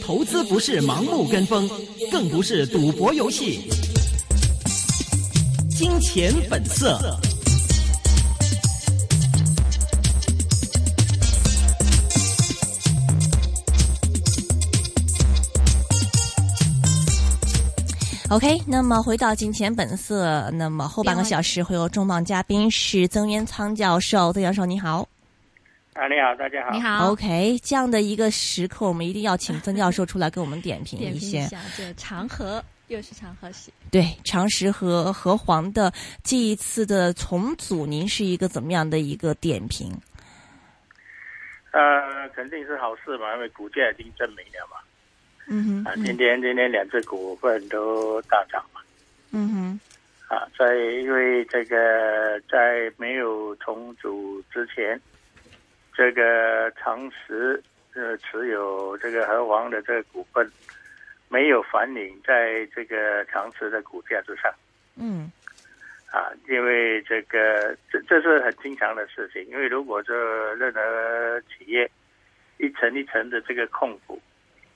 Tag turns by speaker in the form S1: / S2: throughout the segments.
S1: 投资不是盲目跟风，更不是赌博游戏。金钱本色。
S2: OK，那么回到金钱本色，那么后半个小时会有重磅嘉宾是曾元仓教授，曾教授你好。
S3: 啊，你好，大家好。
S4: 你好
S2: OK，这样的一个时刻，我们一定要请曾教授出来给我们点评
S4: 点
S2: 一
S4: 评
S2: 些
S4: 一。下这长河，又是长河系。
S2: 对常识和和黄的这一次的重组，您是一个怎么样的一个点评？
S3: 呃，肯定是好事嘛，因为股价已经证明了嘛。
S2: 嗯
S3: 啊，
S2: 哼，
S3: 今天今天两只股份都大涨嘛。
S2: 嗯哼，
S3: 啊，在因为这个在没有重组之前，这个长实呃持有这个和黄的这个股份没有反映在这个长实的股价之上。
S2: 嗯
S3: 啊，因为这个这这是很经常的事情，因为如果这任何企业一层一层的这个控股，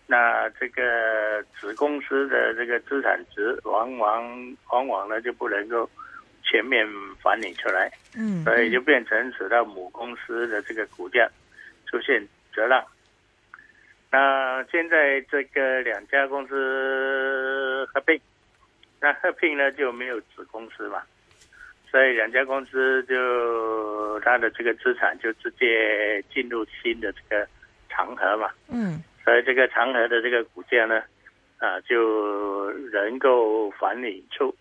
S3: 那这个子公司的这个资产值往往往往呢就不能够全面反映出来，
S2: 嗯，
S3: 所以就变成使到母公司的这个股价出现折让。那现在这个两家公司合并，那合并呢就没有子公司嘛，所以两家公司就它的这个资产就直接进入新的这个长河嘛，
S2: 嗯
S3: 所呃以这个长河的这个股价呢，啊就能够反映出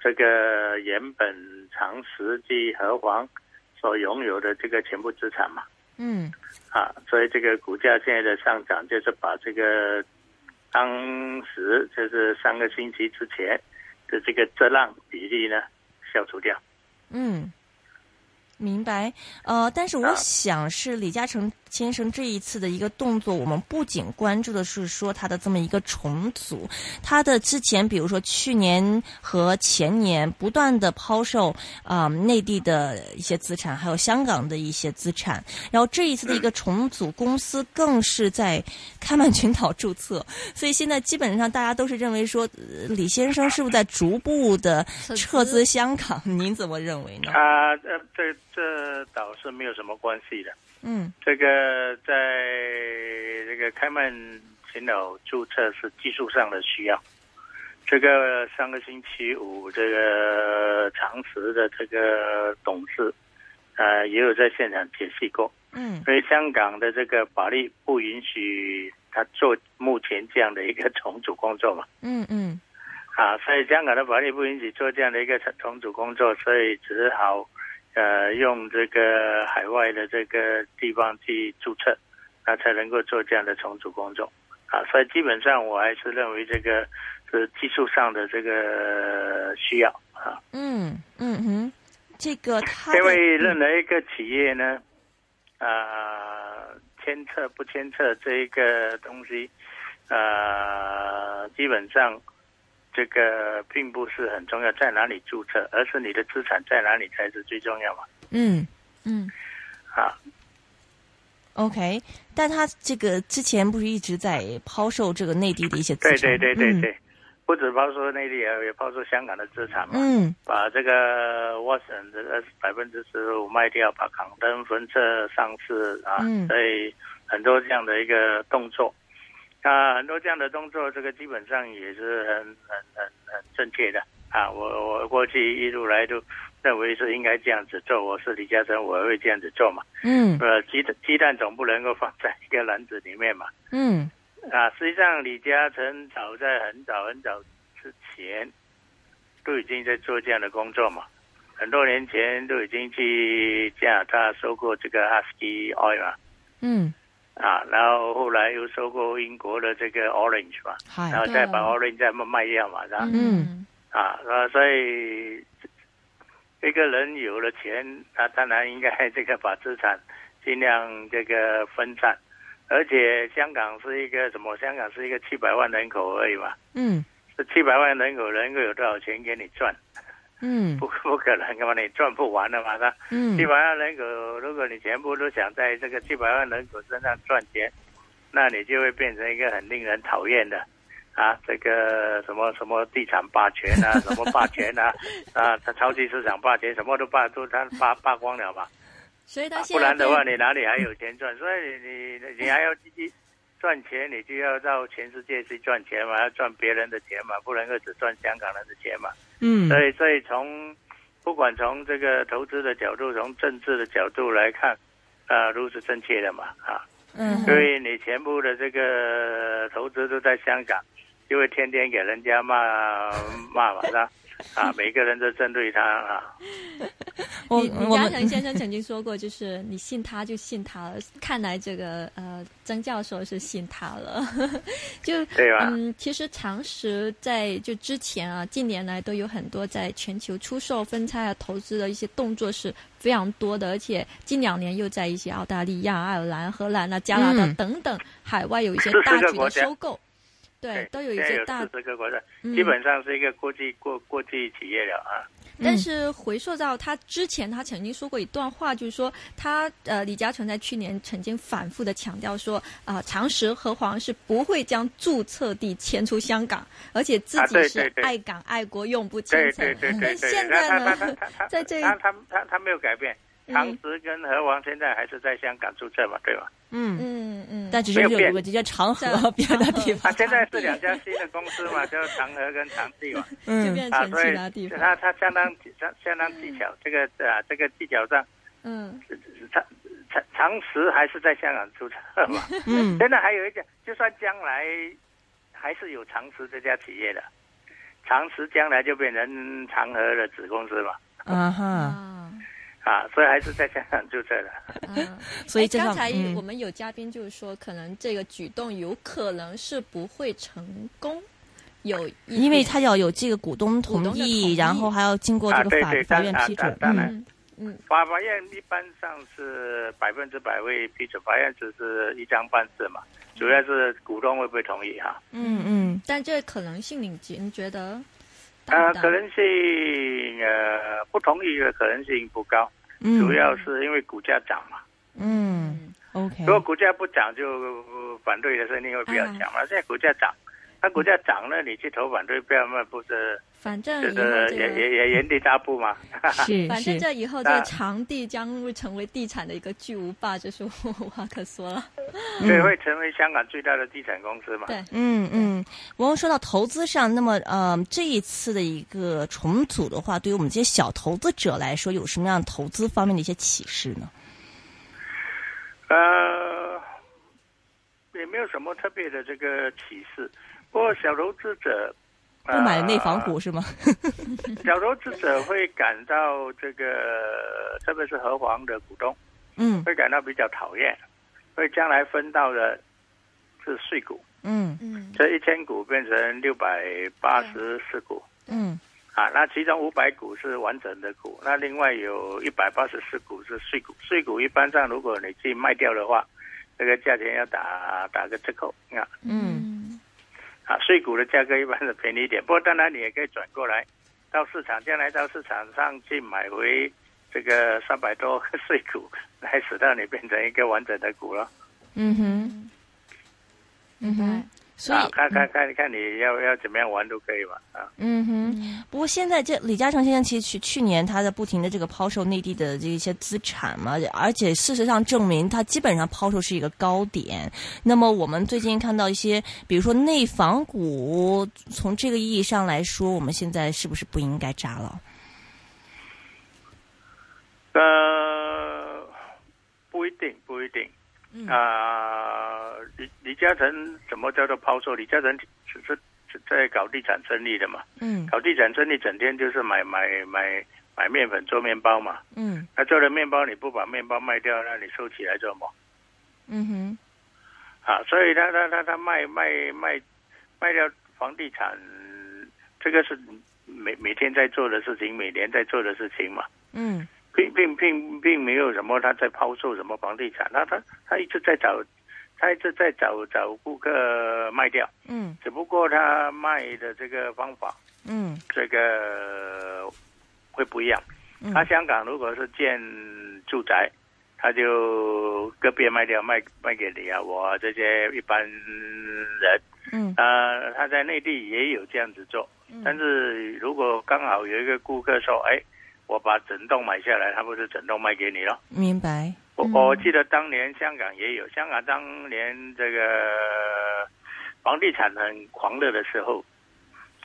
S3: 这个原本长实及和黄所拥有的这个全部资产嘛。
S2: 嗯
S3: 啊，所以这个股价现在的上涨，就是把这个当时就是三个星期之前的这个折让比例呢消除掉。
S2: 嗯，明白。呃，但是我
S3: 啊
S2: 想是李嘉诚先生这一次的一个动作，我们不仅关注的是说他的这么一个重组，他的之前比如说去年和前年不断的抛售啊、呃内地的一些资产，还有香港的一些资产，然后这一次的一个重组，公司更是在开曼群岛注册，所以现在基本上大家都是认为说、呃李先生是不是在逐步的
S4: 撤资
S2: 撤资香港？您怎么认为呢？
S3: 啊，呃，这这倒是没有什么关系的。
S2: 嗯
S3: 这个在这个开曼群岛注册是技术上的需要。这个上个星期五，这个长实的这个董事，呃，也有在现场解析过。
S2: 嗯
S3: 所以香港的这个法律不允许他做目前这样的一个重组工作嘛，
S2: 嗯嗯
S3: 啊，所以香港的法律不允许做这样的一个重组工作，所以只好呃用这个海外的这个地方去注册，那才能够做这样的重组工作啊，所以基本上我还是认为这个是技术上的这个需要啊，
S2: 嗯嗯哼，这个他的
S3: 因为任何一个企业呢，呃，牵扯不牵扯这一个东西，呃，基本上这个并不是很重要，在哪里注册，而是你的资产在哪里才是最重要嘛。
S2: 嗯
S4: 嗯，
S3: 啊，
S2: OK，但他这个之前不是一直在抛售这个内地的一些资
S3: 对
S2: 产
S3: 对
S2: 吗？
S3: 对对对，不止包括内地，也也包括香港的资产嘛。
S2: 嗯
S3: 把这个 Watson 的二百分之十五卖掉，把港灯分册上市啊，
S2: 嗯
S3: 所以很多这样的一个动作，啊，很多这样的动作，这个基本上也是很很很很正确的啊。我我过去一路来都认为是应该这样子做，我是李嘉诚，我会这样子做嘛。
S2: 嗯
S3: 呃，鸡蛋鸡蛋总不能够放在一个篮子里面嘛。
S2: 嗯
S3: 啊，实际上李嘉诚早在很早很早之前都已经在做这样的工作嘛，很多年前都已经去加拿大收购这个 Husky Oil 嘛，
S2: 嗯，
S3: 啊，然后后来又收购英国的这个 Orange 嘛，
S2: 嗨
S3: 然，后再
S4: 对
S3: 把 Orange 再卖卖掉嘛，是吧？
S2: 嗯
S3: 啊，呃，所以一个人有了钱，他当然应该这个把资产尽量这个分散，而且香港是一个什么？香港是一个七百万人口而已嘛，
S2: 嗯
S3: 这七百万人口能够有多少钱给你赚？
S2: 嗯
S3: 不不可能的嘛，你赚不完的嘛，那
S2: 嗯
S3: 七百万人口，如果你全部都想在这个七百万人口身上赚钱，那你就会变成一个很令人讨厌的啊，这个什么什么地产霸权 啊，什么霸权啊，啊，它超级市场霸权，什么都霸都它霸霸光了嘛，
S4: 所以
S3: 啊
S4: 他现
S3: 不
S4: 在
S3: 然的
S4: 被
S3: 话你哪里还有钱赚？所以你你你还要继续赚钱，你就要到全世界去赚钱嘛，要赚别人的钱嘛，不能够只赚香港人的钱嘛。
S2: 嗯
S3: 所以，所以从不管从这个投资的角度，从政治的角度来看，啊、都是正确的嘛啊，
S2: 嗯
S3: 因为你全部的这个投资都在香港，就会天天给人家骂骂嘛，是吧？啊，每个人都针对他啊，
S2: 我
S4: 李李
S2: 哦我
S4: 嘉诚
S2: 们
S4: 先生曾经说过，就是你信他就信他了。看来这个呃，曾教授是信他了， 就
S3: 对吧
S4: 嗯，其实常识在就之前啊，近年来都有很多在全球出售、分拆啊、投资的一些动作是非常多的，而且近两年又在一些澳大利亚、爱尔兰、荷兰啊、加拿大
S2: 嗯
S4: 等等、海外有一些
S3: 44
S4: 大
S3: 个
S4: 举
S3: 国
S4: 的
S3: 家
S4: 收购，对，都有一
S3: 现在
S4: 些
S3: 有
S4: 大
S3: 四十个国家，
S4: 嗯
S3: 基本上是一个国际国国际企业了啊。
S2: 嗯
S4: 但是回溯到他之前，他曾经说过一段话，就是说他呃，李嘉诚在去年曾经反复的强调说啊、常识和黄是不会将注册地迁出香港，而且自己
S3: 啊对
S4: 是
S3: 对对
S4: 爱港爱国，永不迁
S3: 对
S4: 城
S3: 对。对对
S4: 但
S3: 对，
S4: 现
S3: 他他
S4: 在
S3: 他
S4: 呢，
S3: 他他
S4: 在这
S3: 他他他他没有改变，常识跟和王现在还是在香港注册嘛，对吧？
S2: 嗯，
S4: 嗯嗯，
S2: 但只是
S3: 没有
S2: 有
S3: 变
S2: 有个直接长
S4: 在
S2: 河别的地
S3: 啊，
S2: 方，
S3: 现在是两家新的公司嘛，叫长和跟长 地嘛，
S4: 就
S2: 嗯
S4: 变
S3: 啊，
S4: 成
S3: 所
S4: 其
S3: 以
S4: 他地方，
S3: 它它相当相相当技巧，这个啊这个技巧上，
S4: 嗯
S3: 常常常识还是在香港注册 嘛，
S2: 嗯
S3: 真的还有一点，就算将来还是有常识这家企业的，常识将来就变成长和的子公司嘛，
S2: 啊哈，
S4: 啊
S3: 啊，所以还是在香港注册的，
S4: 啊。
S2: 所以
S4: 哎
S2: 这
S4: 刚
S2: 上
S4: 才
S2: 嗯
S4: 我们有嘉宾就是说，可能这个举动有可能是不会成功，有一
S2: 因为
S4: 点
S2: 他要有这个股东
S4: 股东的
S2: 同
S4: 同
S2: 意，
S4: 意
S2: 然后还要经过
S3: 啊
S2: 这个
S3: 对
S2: 法
S3: 对
S2: 法
S3: 当
S2: 院
S3: 啊
S2: 批
S3: 当
S2: 准，
S3: 当然
S2: 嗯
S4: 嗯嗯
S3: 法法院一般上是百分之百会批准，法院只是一张半字嘛，主要是股东会不会同意哈、啊。
S2: 嗯嗯，
S4: 但这可能性你觉你觉得大
S3: 呃
S4: 不，大？
S3: 可能性呃不同意的可能性不高，
S2: 嗯
S3: 主要是因为股价涨嘛。
S2: 嗯 OK，
S3: 如果股价不涨，就呃反对的声音会比较强嘛。
S2: 嗯
S3: 现在股价涨，那股价涨了，你去投反对票，那不是
S4: 反正
S3: 就
S2: 嗯
S4: 以后
S3: 是
S4: 这
S3: 也
S4: 个，
S3: 也也原地踏步嘛？
S2: 是
S4: 反正
S2: 是
S4: 这以后这个
S3: 那
S4: 场地将会成为地产的一个巨无霸，这是我无话可说 了。
S2: 嗯
S3: 所以会成为香港最大的地产公司嘛？
S4: 对
S2: 嗯嗯，我们说到投资上，那么呃，这一次的一个重组的话，对于我们这些小投资者来说，有什么样投资方面的一些启示呢？
S3: 呃，也没有什么特别的这个启示。不过小投资者
S2: 不
S3: 呃
S2: 买内房股是吗？
S3: 小投资者会感到这个，特别是和黄的股东
S2: 嗯
S3: 会感到比较讨厌，所以将来分到的是碎股，
S2: 嗯
S4: 嗯
S3: 这一千股变成六百八十四股
S2: 嗯
S3: 啊，那其中五百股是完整的股，那另外有一百八十四股是碎股，碎股一般上如果你去卖掉的话，这个价钱要打打个折扣啊
S2: 嗯
S4: 嗯
S3: 啊，碎股的价格一般是便宜一点，不过当然你也可以转过来到市场，将来到市场上去买回这个三百多个碎股，来使到你变成一个完整的股了。
S2: 嗯哼
S4: 嗯，
S2: 嗯哼，所以
S3: 啊，看看看，看你要要怎么样玩都可以嘛啊。
S2: 嗯哼。
S4: 嗯
S2: 不过现在这李嘉诚先生其实去去年他在不停的这个抛售内地的这一些资产嘛，而且事实上证明他基本上抛售是一个高点。那么我们最近看到一些，比如说内房股，从这个意义上来说，我们现在是不是不应该扎了？
S3: 呃，不一定，不一定。
S2: 嗯
S3: 啊、李李嘉诚怎么叫做抛售？李嘉诚只是只在搞地产生意的嘛，
S2: 嗯
S3: 搞地产生意整天就是买买买买面粉做面包嘛。
S2: 嗯
S3: 那做了面包，你不把面包卖掉，那你收起来做什么？
S2: 嗯哼
S3: 啊，所以他他他他卖卖卖卖掉房地产，这个是每每天在做的事情，每年在做的事情嘛，
S2: 嗯
S3: 并并并并没有什么他在抛售什么房地产，他他他一直在找，他一直在找找顾客卖掉，
S2: 嗯
S3: 只不过他卖的这个方法，
S2: 嗯
S3: 这个会不一样。
S2: 嗯
S3: 它香港如果是建住宅，它就个别卖掉卖卖给你啊，我这些一般人。
S2: 嗯
S3: 呃，他在内地也有这样子做，但是如果刚好有一个顾客说，哎，我把整栋买下来，他不是整栋卖给你了？
S2: 明白。
S3: 我我记得当年香港也有，香港当年这个房地产很狂热的时候，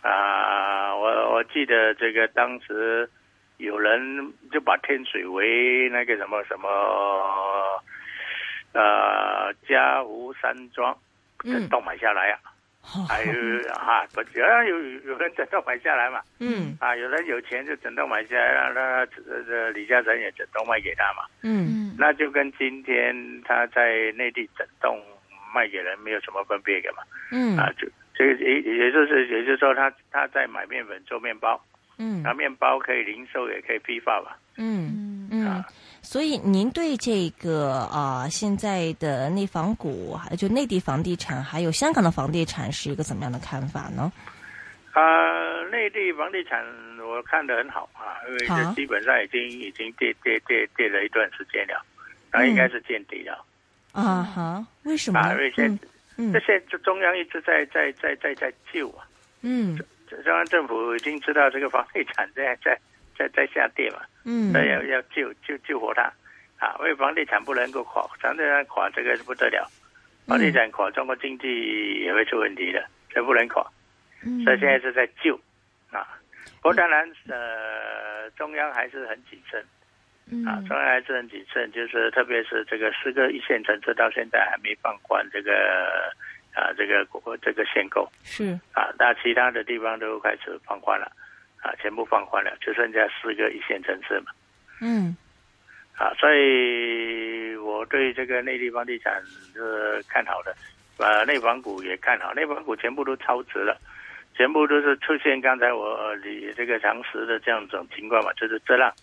S3: 啊、我我记得这个当时有人就把天水围那个什么什么，呃，嘉湖山庄整栋买下来啊。
S2: 好
S3: 还有啊，不，只要有有人整栋买下来嘛，
S2: 嗯
S3: 啊，有人有钱就整栋买下来，让他这这李嘉诚也整栋卖给他嘛，
S2: 嗯
S4: 嗯
S3: 那就跟今天他在内地整栋卖给人没有什么分别的嘛，啊
S2: 嗯，
S3: 就这个也也就是也就是说他他在买面粉做面包，
S2: 嗯
S3: 那面包可以零售也可以批发嘛，
S2: 嗯
S4: 嗯
S2: 嗯
S3: 啊，
S2: 所以您对这个啊、现在的内房股，还就内地房地产，还有香港的房地产是一个怎么样的看法呢？
S3: 啊，内地房地产我看得很好啊，因为
S2: 好
S3: 这基本上已经已经跌跌跌跌了一段时间了，那应该是见底
S4: 嗯
S3: 了。
S2: 啊哈，为什么
S3: 啊，
S2: 呢
S3: 因为？现
S2: 嗯嗯嗯
S3: 这些中央一直在在在在在救啊，
S2: 嗯
S3: 中央政府已经知道这个房地产在在在在下跌嘛，
S2: 嗯
S3: 那要要救救救活它啊，因为房地产不能够垮，房地产垮这个是不得了，房地产垮中国经济也会出问题的，这不能垮，
S4: 嗯
S3: 所以现在是在救啊。不过当然，呃，中央还是很谨慎
S2: 嗯
S3: 啊，中央还是很谨慎，就是特别是这个四个一线城市到现在还没放宽这个啊这个国这个限购。
S2: 是
S3: 啊，那其他的地方都开始放宽了，啊，全部放宽了，就剩下四个一线城市嘛，
S2: 嗯
S3: 啊，所以我对这个内地房地产是看好的，呃，内房股也看好，内房股全部都超值了，全部都是出现刚才我呃你这个常识的这样一种情况嘛，就是这样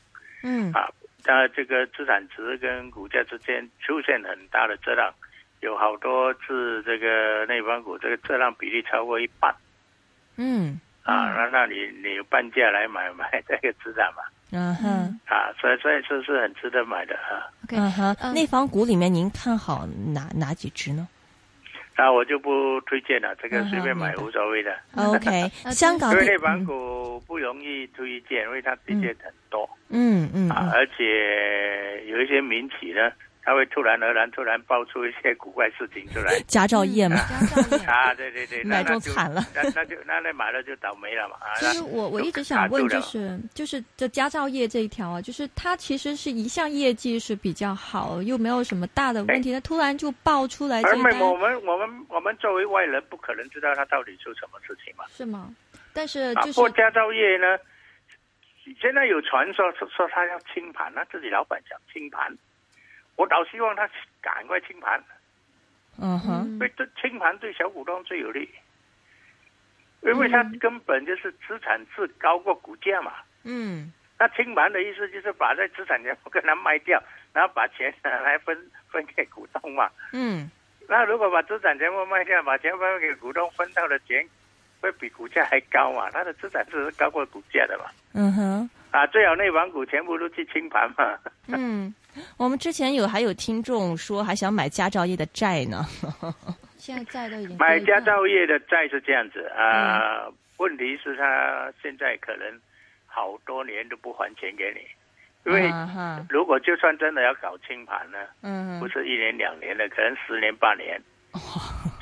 S2: 嗯
S3: 啊，那这个资产值跟股价之间出现很大的折让，有好多次这个内房股这个折让比例超过一半。
S2: 嗯
S3: 啊，那那你你半价来买买这个资产嘛，
S2: 啊哈
S4: 嗯
S3: 啊，所以所以这是很值得买的啊。
S4: ，OK，
S2: 啊哈，
S4: 嗯
S2: 内房股里面您看好哪哪几只呢
S3: 那啊我就不推荐了，这个
S2: 嗯
S3: 随便买
S2: 好明白
S3: 无所谓的，
S2: ？OK，
S4: 呃
S2: 香港
S3: 因
S2: 地
S3: 为内房股不容易推荐，因为它推荐很多、
S2: 嗯嗯
S3: 啊，
S2: 嗯
S3: 而且有一些民企呢，它会突然而然突然爆出一些古怪事情 出来
S2: 佳兆业嘛，
S4: 嗯
S3: 啊，对对对，那
S2: 买
S3: 那
S2: 中
S3: 就
S2: 惨了，
S3: 那那就那那买了就倒霉了嘛啊。
S4: 其
S3: 那
S4: 实我我
S3: 就
S4: 一直
S3: 卡
S4: 想
S3: 住
S4: 问，
S3: 了
S4: 就
S3: 嘛
S4: 是就是这佳兆业这一条啊，就是它其实是一项业绩是比较好，又没有什么大的问题，它突然就爆出来这
S3: 哎而
S4: 一
S3: 没
S4: 单，
S3: 我们我们我们作为外人不可能知道它到底出什么事情嘛。
S4: 是吗？但是
S3: 啊，
S4: 就
S3: 不
S4: 是
S3: 过佳兆业呢，现在有传说说说他要清盘，他自己老板想清盘，我倒希望他赶快清盘，
S2: 嗯哼，
S4: 嗯
S3: 因为这清盘对小股东最有利，因为他
S4: 嗯
S3: 根本就是资产质高过股价嘛。
S2: 嗯
S3: 那清盘的意思就是把这资产全部跟他卖掉，然后把钱拿来分分给股东嘛。
S2: 嗯
S3: 那如果把资产全部卖掉，把钱分给股东，分到的钱会比股价还高嘛？他的资产是高过股价的嘛？
S2: 嗯哼。
S3: 啊，最好内房股全部都去清盘嘛。
S2: 嗯，我们之前有还有听众说还想买佳兆业的债呢。
S4: 现在债都已经
S3: 买
S4: 飞
S3: 家
S2: 嗯
S4: 了
S3: 兆业的债是这样子啊、问题是他现在可能好多年都不还钱给你，因为
S2: 啊哈，
S3: 如果就算真的要搞清盘呢，
S2: 嗯哦
S3: 不是一年两年的，可能十年八年。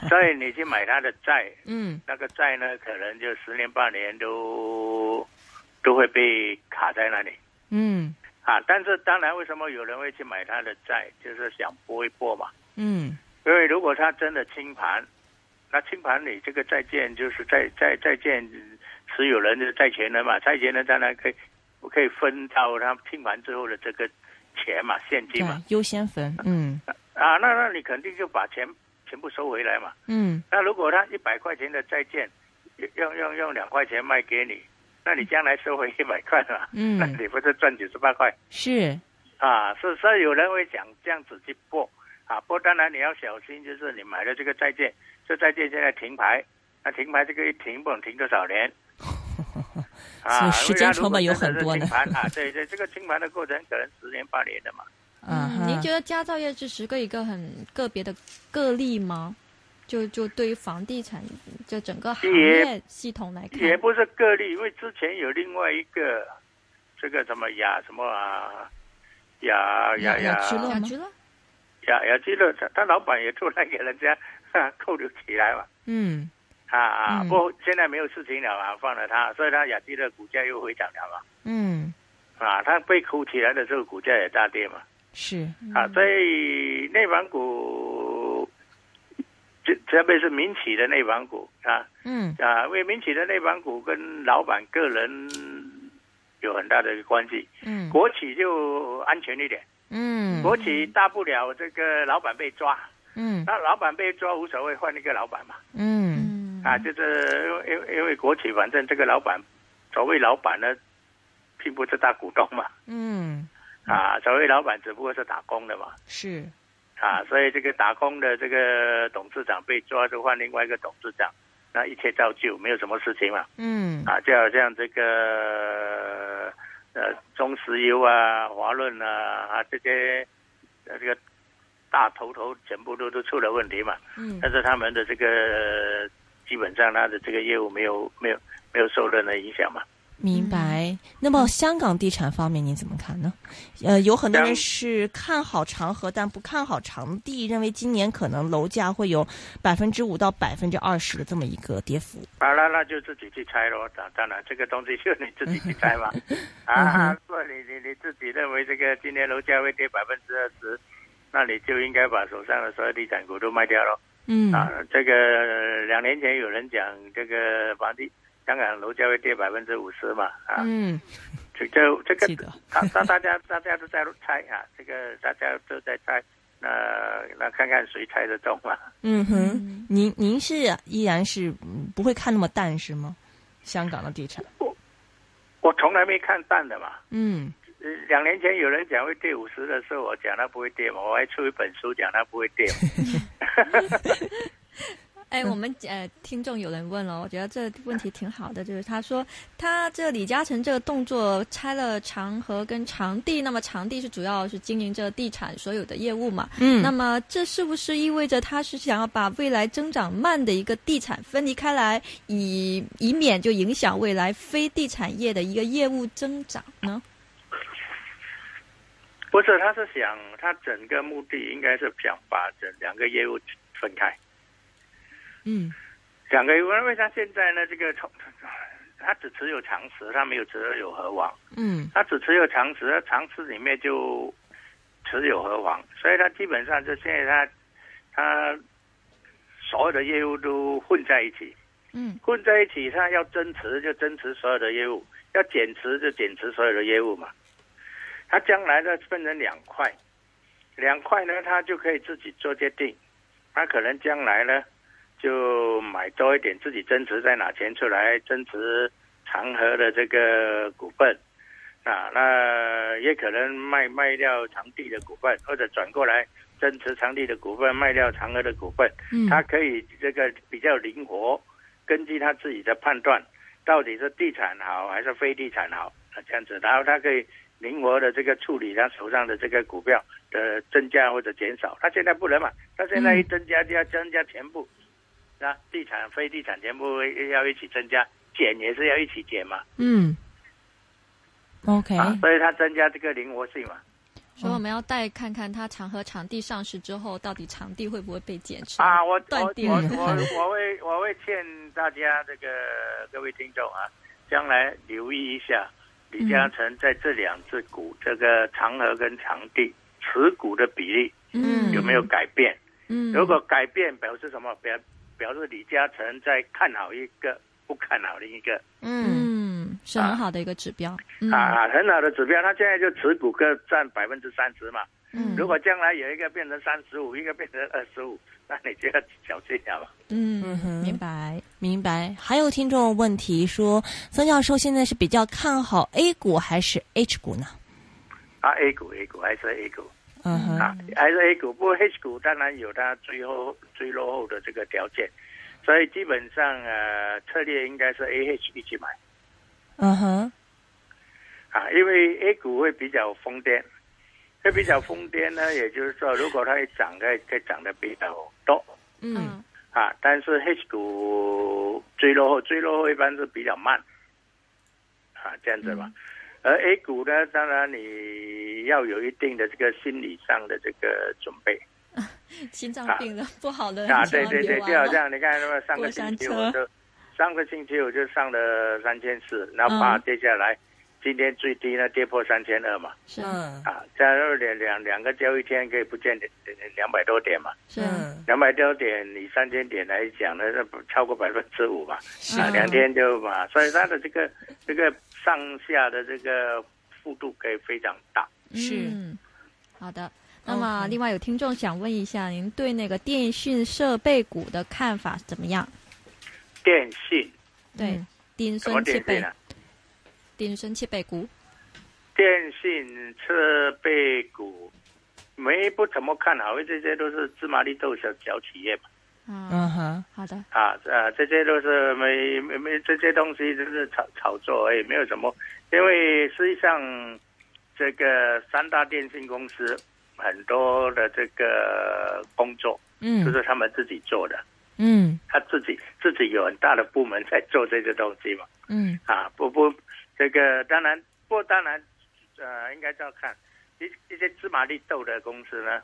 S3: 所以你去买他的债，
S2: 嗯
S3: 那个债呢，可能就十年八年都都会被卡在那里
S2: 嗯
S3: 啊。但是当然，为什么有人会去买他的债，就是想搏一搏嘛。
S2: 嗯
S3: 因为如果他真的清盘，那清盘你这个债券就是债债债券持有人的债权人嘛，债权人当然可以可以分到他清盘之后的这个钱嘛，现金嘛
S2: 对，优先分。嗯
S3: 啊，那那你肯定就把钱全部收回来嘛。
S2: 嗯
S3: 那如果他一百块钱的债券，用用用两块钱卖给你，那你将来收回一百块嘛，
S2: 嗯
S3: 那你不是赚九十八块？
S2: 是
S3: 啊，是所以有人会讲这样子去播啊，播当然你要小心，就是你买的这个债券， 这债券现在停牌，那停牌这个一停不能停多少年
S2: 所
S3: 啊，
S2: 以时间成本有很多呢
S3: 如果真的是清盘啊，对对，这个清盘的过程可能十年八年的嘛。
S2: 嗯，
S4: 您觉得佳兆业是十个一个很个别的个例吗？就就对于房地产这整个行业系统来看，
S3: 也不是个例，因为之前有另外一个，这个什么雅什么啊，雅
S2: 雅
S3: 雅雅
S2: 雅居乐
S4: 雅居乐
S3: 雅雅居乐，他他老板也出来给人家 哈扣留起来嘛，
S2: 嗯
S3: 啊啊，
S2: 嗯
S3: 不过现在没有事情了啊，放了他，所以他雅居乐股价又回涨了嘛，
S2: 嗯
S3: 啊，他被扣起来的时候股价也大跌嘛，
S2: 是
S3: 啊，所以内房股，这特别是民企的内房股啊，
S2: 嗯
S3: 啊，因为民企的内房股跟老板个人有很大的关系，
S2: 嗯
S3: 国企就安全一点，
S2: 嗯
S3: 国企大不了这个老板被抓，
S2: 嗯
S3: 那老板被抓无所谓，换一个老板嘛，
S2: 嗯
S4: 嗯
S3: 啊，就是因为因为因为国企反正这个老板，所谓老板呢，并不是大股东嘛，
S2: 嗯
S3: 啊，所谓老板只不过是打工的嘛，
S2: 是
S3: 啊，所以这个打工的这个董事长被抓，就换另外一个董事长，那一切照旧，没有什么事情嘛。
S2: 嗯
S3: 啊，就好像这个呃中石油啊、华润啊啊这些呃这个大头头全部都都出了问题嘛，
S2: 嗯
S3: 但是他们的这个呃基本上他的这个业务没有没有没有受任何影响嘛。
S2: 明白。那么香港地产方面您怎么看呢？呃，有很多人是看好长河，但不看好长地，认为今年可能楼价会有百分之五到百分之二十的这么一个跌幅。
S3: 啊，那那就自己去猜咯。当当然，这个东西就你自己去猜嘛。
S2: 嗯
S3: 啊，
S2: 哼
S3: 如果你你你自己认为这个今年楼价会跌百分之二十，那你就应该把手上的所有地产股都卖掉咯。
S2: 嗯
S3: 啊，这个两年前有人讲这个房地香港楼价会跌百分之五十嘛，啊，
S2: 嗯，
S3: 这就这
S2: 记
S3: 个
S2: 得
S3: 啊，大大家大家都在猜啊，这个大家都在猜，那、那看看谁猜得中嘛。
S2: 嗯哼，您您是依然是嗯不会看那么淡是吗？香港的地产，
S3: 我从来没看淡的嘛，
S2: 嗯
S3: 呃两年前有人讲会跌五十的时候，我讲它不会跌嘛，我还出一本书讲它不会跌嘛。
S4: 哎，我们呃，听众有人问了，我觉得这问题挺好的，就是他说他这李嘉诚这个动作拆了长和跟长地，那么长地是主要是经营这地产所有的业务嘛，
S2: 嗯
S4: 那么这是不是意味着他是想要把未来增长慢的一个地产分离开来，以以免就影响未来非地产业的一个业务增长呢？
S3: 不是，他是想他整个目的应该是想把这两个业务分开。
S2: 嗯
S3: 两个，因为他现在呢，这个从他只持有长实，他没有持有和王，
S2: 嗯
S3: 他只持有长实，长实里面就持有和王，所以他基本上就现在他他所有的业务都混在一起，
S4: 嗯
S3: 混在一起，他要增持就增持所有的业务，要减持就减持所有的业务嘛。他将来呢分成两块，两块呢他就可以自己做决定，他可能将来呢就买多一点，自己增持再拿钱出来增持长和的这个股份。啊，那也可能卖卖掉长地的股份，或者转过来增持长地的股份，卖掉长和的股份，
S2: 嗯
S3: 他可以这个比较灵活，根据他自己的判断，到底是地产好还是非地产好，那这样子，然后他可以灵活的这个处理他手上的这个股票的增加或者减少。他现在不能嘛，他现在一增加就要增加全部，那地产非地产全部要一起增加，减也是要一起减嘛，
S2: 嗯，OK，
S3: 啊，所以他增加这个灵活性嘛。
S4: 所以我们要带看看他长和长地上市之后，到底长地会不会被减持
S3: 啊，我我
S4: 断电
S3: 我我我会我会劝大家这个各位听众啊，将来留意一下李
S4: 嗯
S3: 嘉诚在这两只股，这个长和跟长地持股的比例
S2: 嗯
S3: 有没有改变？
S4: 嗯，
S3: 如果改变，表示什么？表表示李嘉诚在看好一个，不看好另一个
S2: 嗯
S4: 嗯，是很好的一个指标。嗯
S3: 啊，很好的指标。他现在就持股各占百分之三十嘛。
S2: 嗯
S3: 如果将来有一个变成三十五，一个变成二十五，那你就要小心了嘛。
S2: 嗯哼
S4: 嗯，明白。
S2: 明白。还有听众问题说，曾教授现在是比较看好 A 股还是 H 股呢？
S3: 啊，A 股 A 股还是 A 股。
S2: 嗯哼，
S3: 啊，还是 A 股，不过 H 股当然有它最后最落后的这个条件，所以基本上呃策略应该是 A H 一起买
S2: 嗯哼，
S3: 啊，因为 A 股会比较疯癫，会比较疯癫呢，也就是说，如果它一涨，它它涨得比较多
S5: 嗯
S4: 嗯
S3: 啊，但是 H 股追落后，追落后一般是比较慢啊，这样子吧。而 A 股呢，当然你要有一定的这个心理上的这个准备
S4: 心脏病了，不好 的
S3: 啊，
S4: 千
S3: 对
S4: 万
S3: 对
S4: 别
S3: 对，
S4: 玩
S3: 就好
S4: 了
S3: 像你看，那么上个
S4: 过山
S3: 星期
S4: 车
S3: 我就上个星期我就上了三千四，那
S4: 嗯
S3: 怕跌下来，今天最低呢跌破三千二嘛。
S4: 是
S5: 嗯
S3: 啊，加入两两两个交易天可以不见两百多点嘛，
S4: 是
S5: 嗯，
S3: 两百多点你三千点来讲呢，那不超过百分之五嘛，
S5: 是
S3: 啊，
S4: 嗯
S3: 两天就嘛，所以它的这个这个上下的这个幅度可以非常大。
S5: 是
S4: 嗯，好的。那么，另外有听众想问一下，您对那个电讯设备股的看法怎么样？
S3: 电信
S4: 对，
S2: 嗯
S4: 电
S3: 什么
S4: 讯设
S3: 电
S4: 备
S3: 信啊？
S4: 电讯设备股，
S3: 电信设备股没不怎么看好，因为这些都是芝麻绿豆小小企业嘛。
S4: 啊，
S5: 嗯哼，
S4: 好的，
S3: 啊，呃，这些都是没没没这些东西就是炒炒作而已，没有什么。因为实际上，这个三大电信公司很多的这个工作都
S5: 嗯
S3: 是他们自己做的，
S5: 嗯
S3: 他自己自己有很大的部门在做这些东西嘛。
S5: 嗯
S3: 啊，不不，这个当然不当然，呃，应该照看一一些芝麻绿豆的公司呢，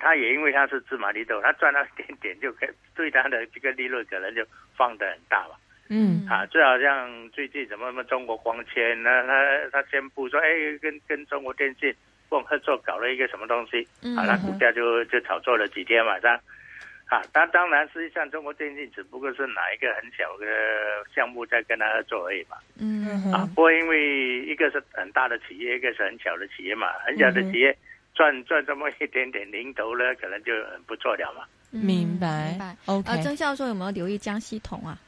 S3: 它也因为它是芝麻绿豆，它赚到一点点就可以，对它的这个利润可能就放得很大嘛。
S5: 嗯
S3: 啊，就好像最近什么什么中国光纤呢，那它它宣布说，哎，跟跟中国电信共合作搞了一个什么东西，
S4: 嗯
S3: 啊，那股价就就炒作了几天晚上。啊，那当然，实际上中国电信只不过是哪一个很小的项目在跟它合作而已嘛。
S5: 嗯
S4: 嗯
S5: 哼
S3: 啊，不过因为一个是很大的企业，一个是很小的企业嘛，很小的企业
S4: 嗯
S3: 赚赚这么一点点零头呢，可能就很不错了嘛。
S4: 嗯
S5: 明
S4: 明
S5: 白呃
S4: 白。
S5: ，OK，
S4: 啊，曾教授有没有留意江西铜啊？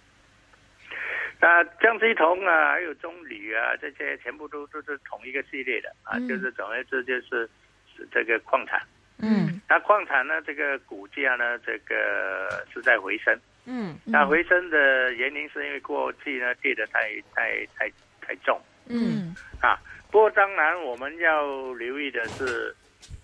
S3: 那江西铜啊，还有中铝啊，这些全部都都是同一个系列的啊，
S4: 嗯
S3: 就是总而言之就是是这个矿产。
S5: 嗯
S3: 那矿产呢，这个股价呢，这个是在回升。
S5: 嗯
S3: 那回升的原因是因为过去呢跌得太太太太重。啊
S4: 嗯
S3: 不过当然我们要留意的是，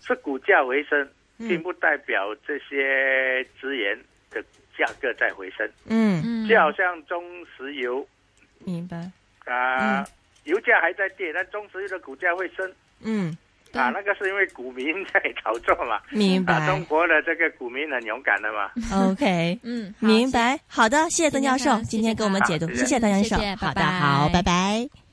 S3: 是股价回升，
S5: 嗯
S3: 并不代表这些资源的价格在回升。
S5: 嗯，
S4: 嗯，
S3: 就好像中石油
S5: 明白，
S3: 啊、
S5: 嗯
S3: 油价还在跌，但中石油的股价会升
S5: 嗯
S4: 对
S3: 啊，那个是因为股民在 炒作嘛。
S5: 明
S3: 啊，中
S5: 白
S3: 国的这个股民很勇敢的嘛。
S5: ，OK。
S4: 嗯，好
S5: 明白，好的，谢谢
S4: 今
S5: 曾教
S4: 天非常
S5: 授
S4: 谢
S5: 今
S4: 谢
S5: 天给我们
S3: 他
S5: 解读，
S3: 好
S5: 谢谢曾教
S4: 谢
S5: 授
S4: 谢，
S5: 好的，
S4: 拜拜
S5: 好，拜拜。